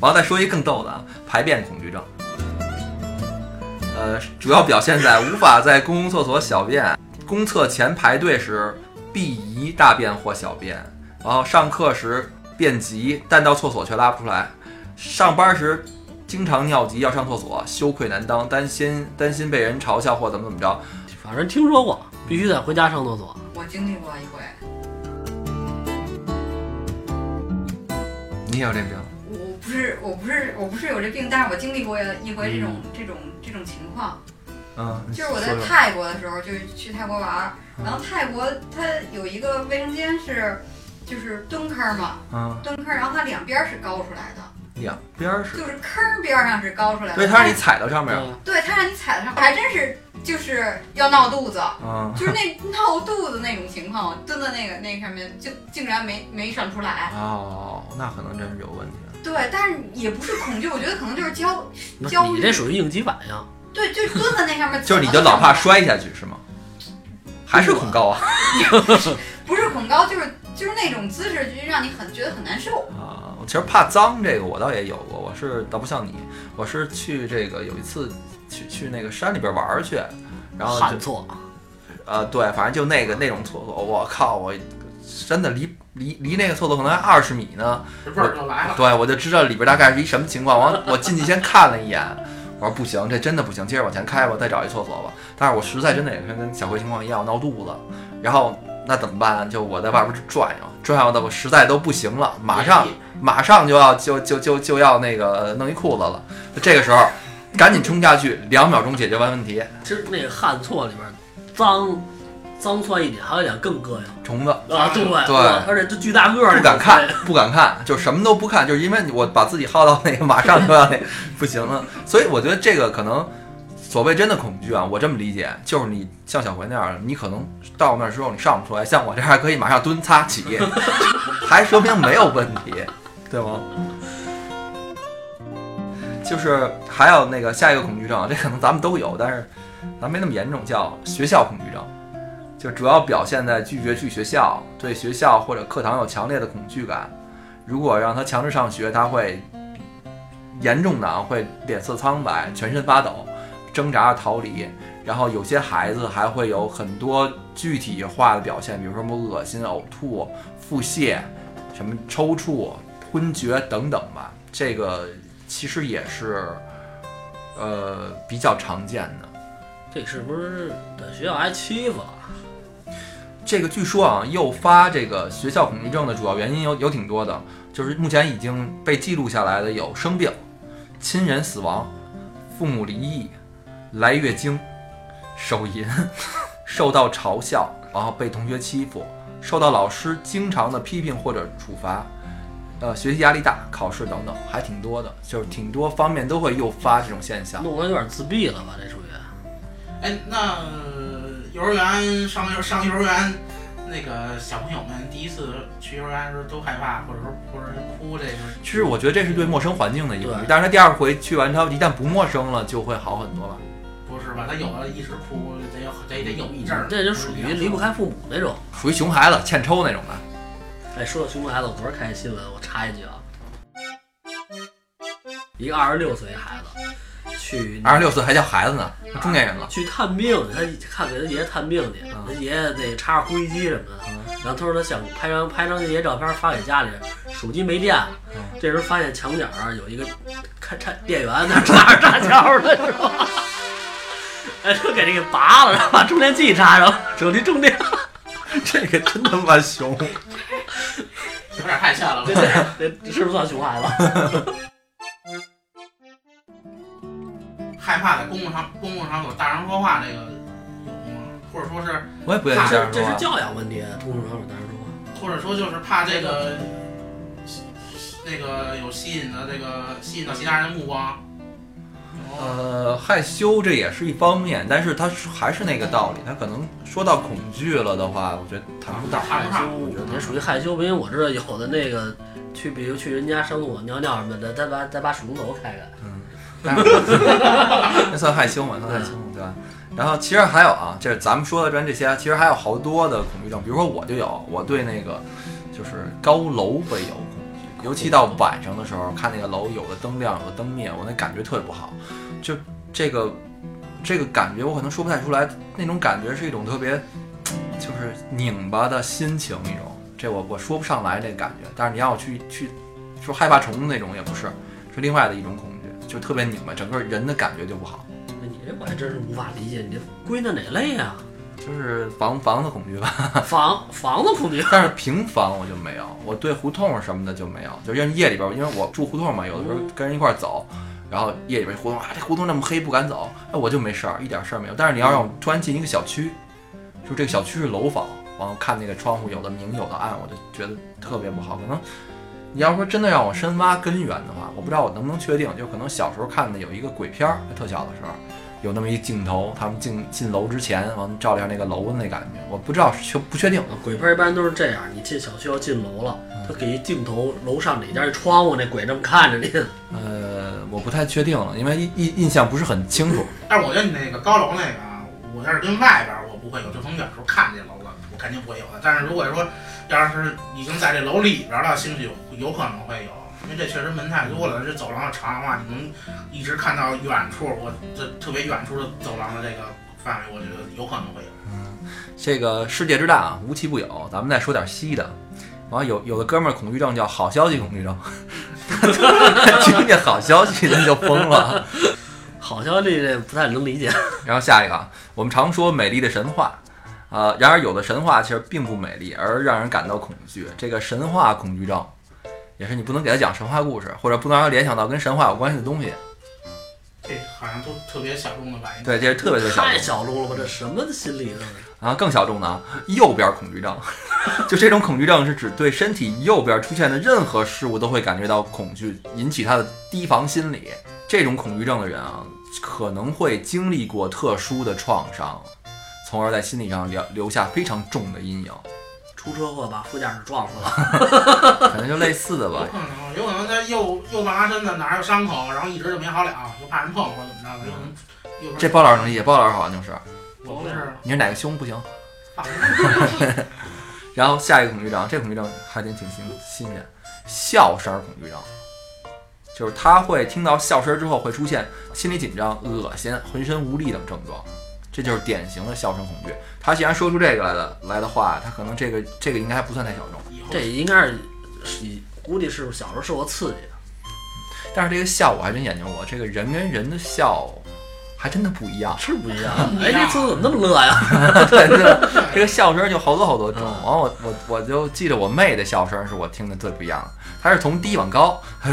然后再说一更逗的啊，排便恐惧症。呃，主要表现在无法在公共厕所小便，公厕前排队时必宜大便或小便，然后上课时便急，但到厕所却拉不出来，上班时经常尿急要上厕所，羞愧难当，担心担心被人嘲笑或怎么怎么着。
反正听说过，必须得回家上厕所。
我经历过一回，
你也有这病？
我不是我不是我不是有这病，但是我经历过一回这种、这种这种情况。
嗯，
就是我
说
在
说
泰国的时候，就是去泰国玩儿，
嗯
然后泰国它有一个卫生间是，就是蹲坑儿嘛，
嗯，
蹲坑儿，然后它两边儿是高出来的，
两边儿是，
就是坑儿边儿上是高出来的。
对，它让你踩到上面儿，
嗯
对它让你踩上，还真是就是要闹肚子，
嗯，
就 是那闹肚子那种情况，我蹲在那个那上面就竟然没没上出来。
哦，那可能真是有问题了。，
对，但是也不是恐惧，我觉得可能就是焦
不是
焦
你
虑
这。属于应激反应，
对，就蹲在那上 面
就是你就
怎么都
老怕
上不来
摔下去是吗？还是恐高啊？
不是恐高，就是就是那种姿势，就是让你很觉得很难受。
啊，我其实怕脏这个我倒也有过，我是倒不像你，我是去这个有一次去去那个山里边玩儿去，然后就
旱厕，
呃对，反正就那个那种厕所，我靠，我真的离离离那个厕所可能还二十米呢，
哎味儿就来了。
对我就知道里边大概是一什么情况，完我进去先看了一眼。我说不行，这真的不行，接着往前开吧，再找一厕所吧。但是我实在真的也是跟小辉情况一样，我闹肚子，然后那怎么办？就我在外边转悠，转悠的我实在都不行了，马上马上就要就就就就要那个弄一裤子了。这个时候，赶紧冲下去，两秒钟解决完问题。
其实那个旱厕里边儿脏脏算一点，还有一点更膈应
虫子
啊，对
对
哇而且这巨大个儿，
不敢 看，不敢看，就什么都不看，就是因为我把自己耗到那个马上就要那 不行了。所以我觉得这个可能所谓真的恐惧啊，我这么理解，就是你像小回那样，你可能到那儿之后你上不出来，像我这样可以马上蹲擦起， 还说明没有问题，对吗？就是还有那个下一个恐惧症，这可能咱们都有，但是咱没那么严重，叫学校恐惧症，就主要表现在拒绝去学校，对学校或者课堂有强烈的恐惧感。如果让他强制上学，他会严重的啊，会脸色苍白，全身发抖，挣扎着逃离。然后有些孩子还会有很多具体化的表现，比如说什么恶心、呕吐、腹泻、什么抽搐、昏厥等等吧。这个其实也是，呃，比较常见的。
这是不是在学校挨欺负了？
这个据说啊，诱发这个学校恐惧症的主要原因有有挺多的，就是目前已经被记录下来的有生病、亲人死亡、父母离异、来月经、手淫、 受到嘲笑，然后被同学欺负，受到老师经常的批评或者处罚，呃，学习压力大、考试等等，还挺多的，就是挺多方面都会诱发这种现象。
弄得有点自闭了吧？这属于
哎，那幼儿园上幼上幼儿园，那个小朋友们第一次去幼儿园的时候都害怕，或者说或者是哭，这个
其实我觉得这是对陌生环境的一个恐惧
对，
但是他第二回去完之后，一旦不陌生了，就会好很多吧。
不是吧？他有的一直哭，得有得得有一阵儿，
嗯这就属于离不开父母那种。
属于熊孩子欠抽那种的。
哎，说到熊孩子，我昨儿看一新闻，我插一句啊，一个二十六岁孩子去
二十六岁还叫孩子呢，中年人了。
去探病去，他看给他爷爷探病去，
嗯
他爷爷那插着呼吸机什么的，然后他说他想拍张拍张爷爷照片发给家里人，手机没电了，
嗯
这时候发现墙角儿有一个看插电源，那插着插销的是吧？ 哎，就给这给拔了，然后把充电器插上，手机充电。
这个真他妈熊！
有点太吓了。
这这这是不是算熊孩子？
害怕在公共场公共场所大声说话，这个有吗？或者说是，
我也不愿
这
意这
是
样
这
说啊
是
话。
教养问题，公众场所大声说话。
或者说就是怕这个那个有吸引的这个吸引到其他人的目光。有吗
呃，害羞这也是一方面，但是他还是那个道理，他可能说到恐惧了的话，我觉得谈不到。
害
害怕
羞，我觉得这属于害羞，因为我知道有的那个去，比如去人家上厕所尿尿什么的，再把再把水龙头开开，
但是 那算害羞嘛，算害羞嘛，对吧？然后其实还有啊，这咱们说的专这些，其实还有好多的恐惧症，比如说我就有，我对那个就是高楼会有恐惧，尤其到晚上的时候，看那个楼有的灯亮，有的灯灭，我那感觉特别不好。就这个这个感觉，我可能说不太出来，那种感觉是一种特别就是拧巴的心情一种，这我我说不上来这感觉。但是你让我去去说害怕虫子那种也不是，是另外的一种恐惧，就特别拧巴，整个人的感觉就不好。
那你这我还真是无法理解，你这归纳哪类啊？
就是房房子恐惧吧。
房房子恐惧，
但是平房我就没有，我对胡同什么的就没有，就因为夜里边儿，因为我住胡同嘛，有的时候跟人一块儿走，然后夜里边儿胡同啊，这胡同那么黑不敢走，哎，我就没事儿，一点事儿没有。但是你要让我突然进一个小区，就这个小区是楼房，然后看那个窗户有的明有的暗，我就觉得特别不好。可能你要说真的让我深挖根源的话，我不知道我能不能确定，就可能小时候看的有一个鬼片儿，特小的时候。有那么一镜头，他们进进楼之前，完了照亮那个楼的那感觉，我不知道确不确定，
啊鬼片一般都是这样，你进小区要进楼了，
嗯
他给一镜头，楼上哪家一窗户，那鬼这么看着你。
呃，我不太确定了，因为印印印象不是很清楚。
但是我觉得你那个高楼那个啊，我要是跟外边儿我不会有，就从远处看见楼了，我肯定不会有的。但是如果说要是已经在这楼里边儿了，兴许有有可能会有，因为这确实门太多了，这走廊要长的话，你能一直看到远处，我这特别远处的走廊的这个范围，我觉得有可能会有。
这个世界之大啊，无奇不有，咱们再说点稀的。完了，有有的哥们儿恐惧症叫好消息恐惧症， 听见好消息他就疯了。
好像这这不太能理解，
然后下一个啊，我们常说美丽的神话，呃，然而有的神话其实并不美丽，而让人感到恐惧。这个神话恐惧症，也是你不能给他讲神话故事，或者不能让他联想到跟神话有关系的东西。
这好像都特别小众的玩意。
对，这是特别特别小众
太小众了吧？这什么心理呢？
啊，更小众的啊，右边恐惧症， 就这种恐惧症是指对身体右边出现的任何事物都会感觉到恐惧，引起他的提防心理。这种恐惧症的人啊，可能会经历过特殊的创伤，从而在心理上留留下非常重的阴影，
出车祸把副驾驶撞死了，
可能就类似的吧
有。可能，有可能他右右半拉身子哪儿有伤口，然后一直就没好了，就怕人碰或者怎么着
嗯
的，有可能右边儿。
这包老师能理解，包老师好像就是，
我不是
你是哪个胸不行？
怕 人
然后下一个恐惧症，这恐惧症还挺挺新新鲜，笑声恐惧症，就是他会听到笑声之后会出现心理紧张、恶心、浑身无力等症状，这就是典型的笑声恐惧。他既然说出这个来的来的话，他可能这个这个应该还不算太小众，
以后
这应该是是估计是小时候受过刺激啊的，
但是这个笑我还真研究过，这个人跟人的笑还真的不一样。
是不一样。哎，这次怎么那么乐呀？
对对，对这个笑声就好多好多种。
嗯
完、后我我我就记得我妹的笑声是我听的最不一样的，她是从低往高，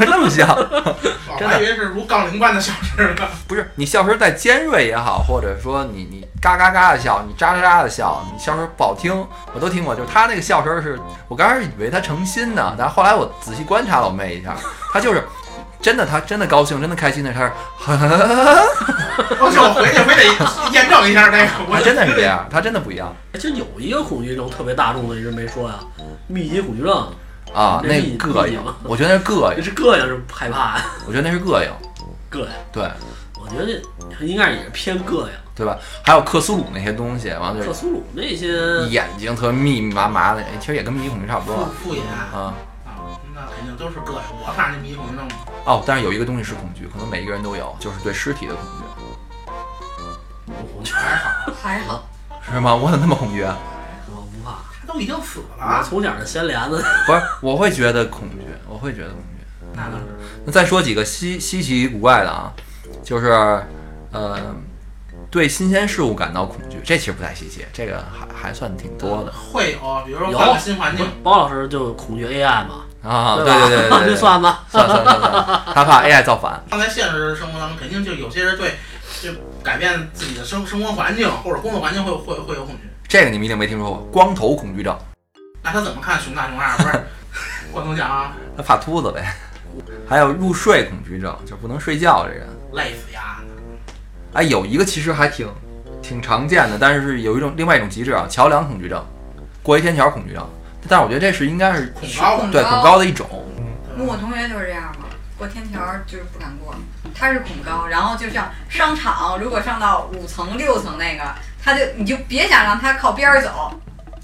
那么笑。
我
真
还
的
以为是如杠铃般的小事呢。
不是你笑声再尖锐也好，或者说你你嘎嘎嘎的笑，你喳喳喳的笑，你笑声不好听，我都听过。就是他那个笑声是，我刚开始以为他诚心呢，但后来我仔细观察了我妹一下，她就是真的，她真的高兴，真的开心的，她是，
我去，我回去非得验证一下这个。
她
我
啊真的是这样，她真的不一样
就有一个恐惧症特别大众的，一直没说呀，密集恐惧症，
啊，那
这是
膈
一
应
吗，
我觉得那是膈
这
应，
是膈应是害怕呀，
我觉得那是膈应，
膈应。
对
我觉得应该也是偏膈应。
对吧？还有克苏鲁那些东西，完了就
克
是
苏鲁那些
眼睛特密密麻麻的，哎其实也跟迷恐惧差不多
副副眼啊，
啊。
那肯定都是膈应。我看这迷魂症，
哦，但是有一个东西是恐惧，可能每一个人都有，就是对尸体的恐惧。
我觉
还好，
还好，
是吗？我怎么那么恐惧啊？
得我不怕。
他都已经死
我
嗯
了，
从小就掀帘子，
不是，我会觉得恐惧，我会觉得恐惧。
那个
那再说几个稀稀奇古怪的啊，就是，呃，对新鲜事物感到恐惧，这其实不太稀奇，这个还还算挺多的
会有，比如说换个新环境，
包老师就恐惧 AI 嘛，
啊。对
嗯
对
吧？
对对对，
就 算吧。
算算算算，他怕 AI 造反。
放在现实生活当中，肯定就有些人对就改变自己的生生活环境或者工作环境会会会有恐惧。
这个你们一定没听说过，光头恐惧症，
那他怎么看熊大熊二？不是，我总讲啊，
他怕秃子呗。还有入睡恐惧症，就不能睡觉这人。
累死呀！
哎，有一个其实还挺挺常见的，但是有一种另外一种极致啊，桥梁恐惧症，过一天桥恐惧症。但是我觉得这是应该是
恐高
对恐高的一种。
我同学就是这样嘛，过天桥就是不敢过，他是恐高，然后就像商场，如果上到五层六层那个，他就你就别想让他靠边儿走。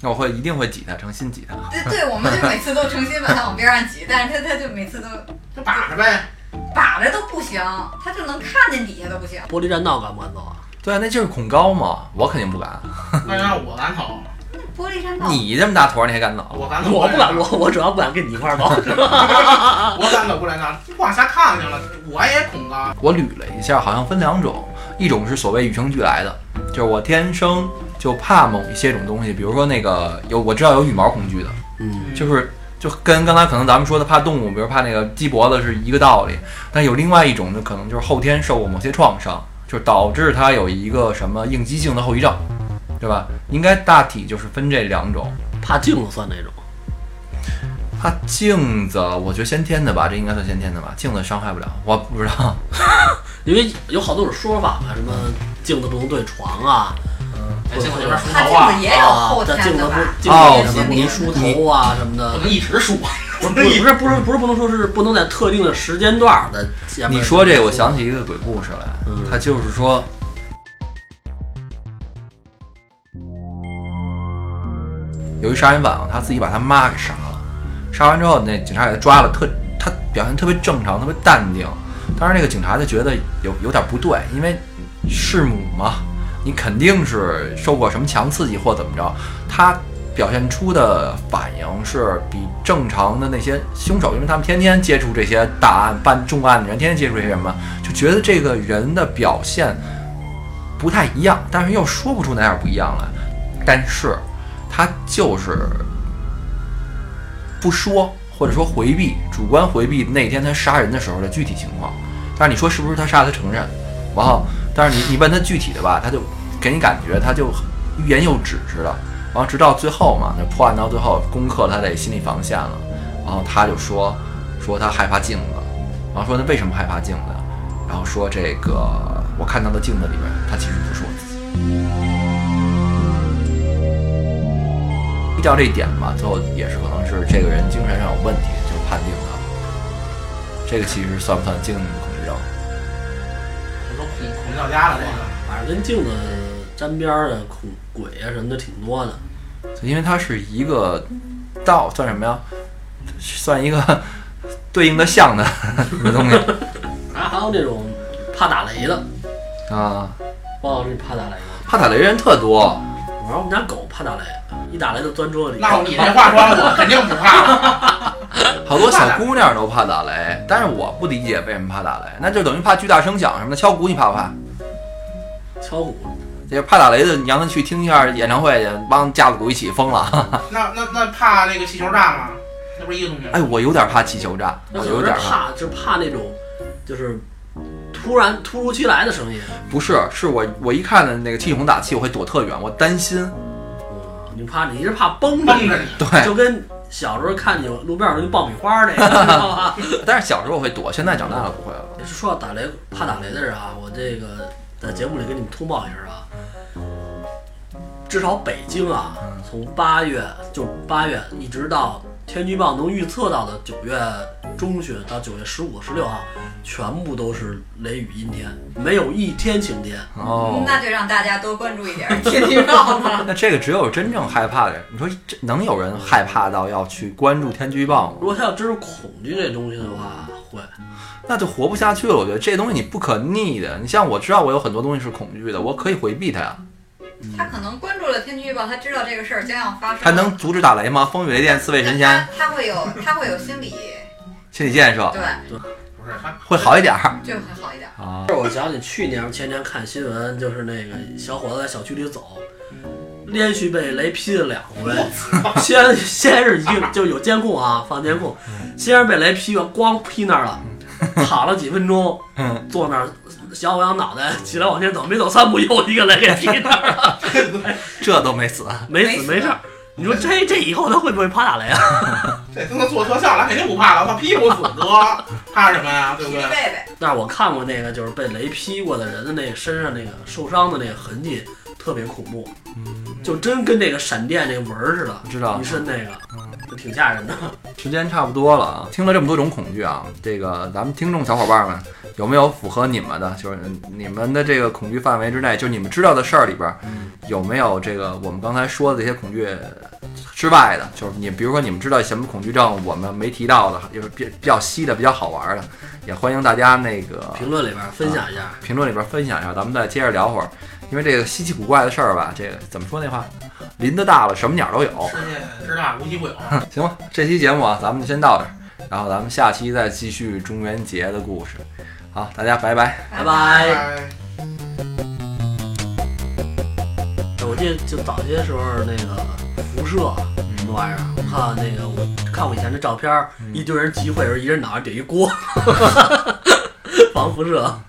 那我会一定会挤他，诚心挤他。
对对，我们就每次都诚心把 他往边上挤，但是他他就每次都
就把着呗。
把着都不行，他就能看见底下都不行。
玻璃栈道敢不敢走啊？
对，那就是恐高嘛，我肯定不敢。
那要我敢走，
玻璃山道，
你这么大坨儿，你还敢走？
我敢走，
我不敢，我我主要不敢跟你一块儿走。
我敢走过来呢，往下看去了，我也恐高。
我捋了一下，好像分两种，一种是所谓与生俱来的，就是我天生就怕某一些种东西，比如说那个有我知道有羽毛恐惧的，
嗯，
就是就跟刚才可能咱们说的怕动物，比如怕那个鸡脖子是一个道理，但有另外一种呢，可能就是后天受过某些创伤，就导致它有一个什么应激性的后遗症，对吧？应该大体就是分这两种。
怕镜子算哪种？
怕镜子，我觉得先天的吧，这应该算先天的吧，镜子伤害不了，我不知道。
因为有好多种说法嘛，什么镜子不能对床啊，
哎，先我这边梳
他
头
镜
啊
子，也有
啊
后
但
天
镜子
的
不
吧？嗯
镜
哦
子也不能梳头啊什么
不
的，
嗯能一直啊梳，
不是不是不是不是不是不能说是不能在特定的时间段儿的前面。
你说这，我想起一个鬼故事来，
嗯
他就是说，有一杀人犯啊，他自己把他妈给杀了，杀完之后那警察给他抓了，特他表现特别正常，特别淡定。当时那个警察就觉得有有点不对，因为弑母嘛，你肯定是受过什么强刺激或怎么着，他表现出的反应是比正常的那些凶手，因为他们天天接触这些大案办重案的人，天天接触这些什么，就觉得这个人的表现不太一样，但是又说不出哪点不一样来。但是他就是不说，或者说回避，主观回避那天他杀人的时候的具体情况。但是你说是不是他杀的？他承认。然后，但是你你问他具体的吧，他就给你感觉他就欲言又止似的。然后直到最后嘛，那破案到最后攻克了他的心理防线了。然后他就说说他害怕镜子，然后说他为什么害怕镜子，然后说这个我看到的镜子里边，他其实不是我自己。依照这一点吧，最后也是可能是这个人精神上有问题，就判定他。这个其实算不算精神恐惧症？
我都恐恐到家了这个。
反正跟镜子沾边儿的恐鬼啊什么的挺多的。
就因为它是一个道，算什么呀？算一个 对应的像的的东西
然后还有那种怕打雷的，
啊。
王老师你怕打雷吗？
怕打雷人特多，
我说我们家狗怕打雷，一打雷就钻桌子里。
那你这化妆我 肯定不怕，
好多小姑娘都怕打雷，但是我不理解为什么怕打雷，那就等于怕巨大声响什么的。敲鼓你怕不怕？
敲鼓，
这怕打雷的，你让他去听一下演唱会去，帮架子鼓一起疯了。
那那那怕那个气球炸吗？那不是一个东西吗？
哎，我有点怕气球炸，
那
我
可
有
能是
点怕。
怕，就是怕那种，就是突然突如其来的声音。
不是，是我我一看到那个气孔打气，我会躲特远，我担心。
嗯，你怕你是怕崩
蹦着你，
对，
就跟小时候看你路边有那爆米花那个，你知道吗？
但是小时候我会躲，现在长大了不会了。
也是说到打雷怕打雷的人啊，我这个在节目里给你们通报一下啊，至少北京啊，从八月就八月一直到天气预报能预测到的九月中旬到九月十五、十六号，全部都是雷雨阴天，没有一天晴天。
哦，
那就让大家多关注一点 儿天气预报了。
那这个只有真正害怕的人，你说这能有人害怕到要去关注天气预报吗？
如果他要真是恐惧这东西的话，会
那就活不下去了。我觉得这东西你不可逆的。你像我知道我有很多东西是恐惧的，我可以回避它呀。
他可能关注了天气预报，他知道这个事儿将要发生。
它能阻止打雷吗？风雨雷电四位神仙，
他他会有他会有心理，
心理建设
对，
不是他
会好一点儿
就会好一点。
啊。
这我想起去年前年看新闻，就是那个小伙子在小区里走，连续被雷劈了两回。先 先是一个就有监控啊，放监控，先是被雷劈完，咣劈那儿了，躺了几分钟，坐那儿摇晃摇脑袋，起来往前走，没走三步又一个雷给劈那儿了，
这都没死，
没死没事儿。你说这这以后他会不会怕打雷啊？
这都能做特效了，肯定不怕了，怕屁股死哥，怕什么呀？对
皮
不
皮
对
贝？贝，
但是我看过那个就是被雷劈过的人的那个身上那个受伤的那个痕迹，特别恐怖，就真跟那个闪电那个纹儿似的，
嗯知道
一身那个，就挺吓人的。
时间差不多了啊，听了这么多种恐惧啊，这个咱们听众小伙伴们有没有符合你们的？就是你们的这个恐惧范围之内，就你们知道的事儿里边儿，有没有这个我们刚才说的这些恐惧之外的？就是你比如说你们知道什么恐惧症我们没提到的，就是比比较稀的、比较好玩的，也欢迎大家那个
评论里边分享一下，
评论里边分享一下，咱们再接着聊会儿。因为这个稀奇古怪的事儿吧，这个怎么说那话，林子大了什么鸟都有。
世界之大无奇不有，
行吧，这期节目啊，咱们就先到这儿，然后咱们下期再继续中元节的故事。好，大家拜拜。
拜拜
哎。
些就早些时候那个辐射什么
嗯
玩意儿，我看那个我看我以前的照片儿，一堆人集会的时候，一人脑上顶一锅，防辐射。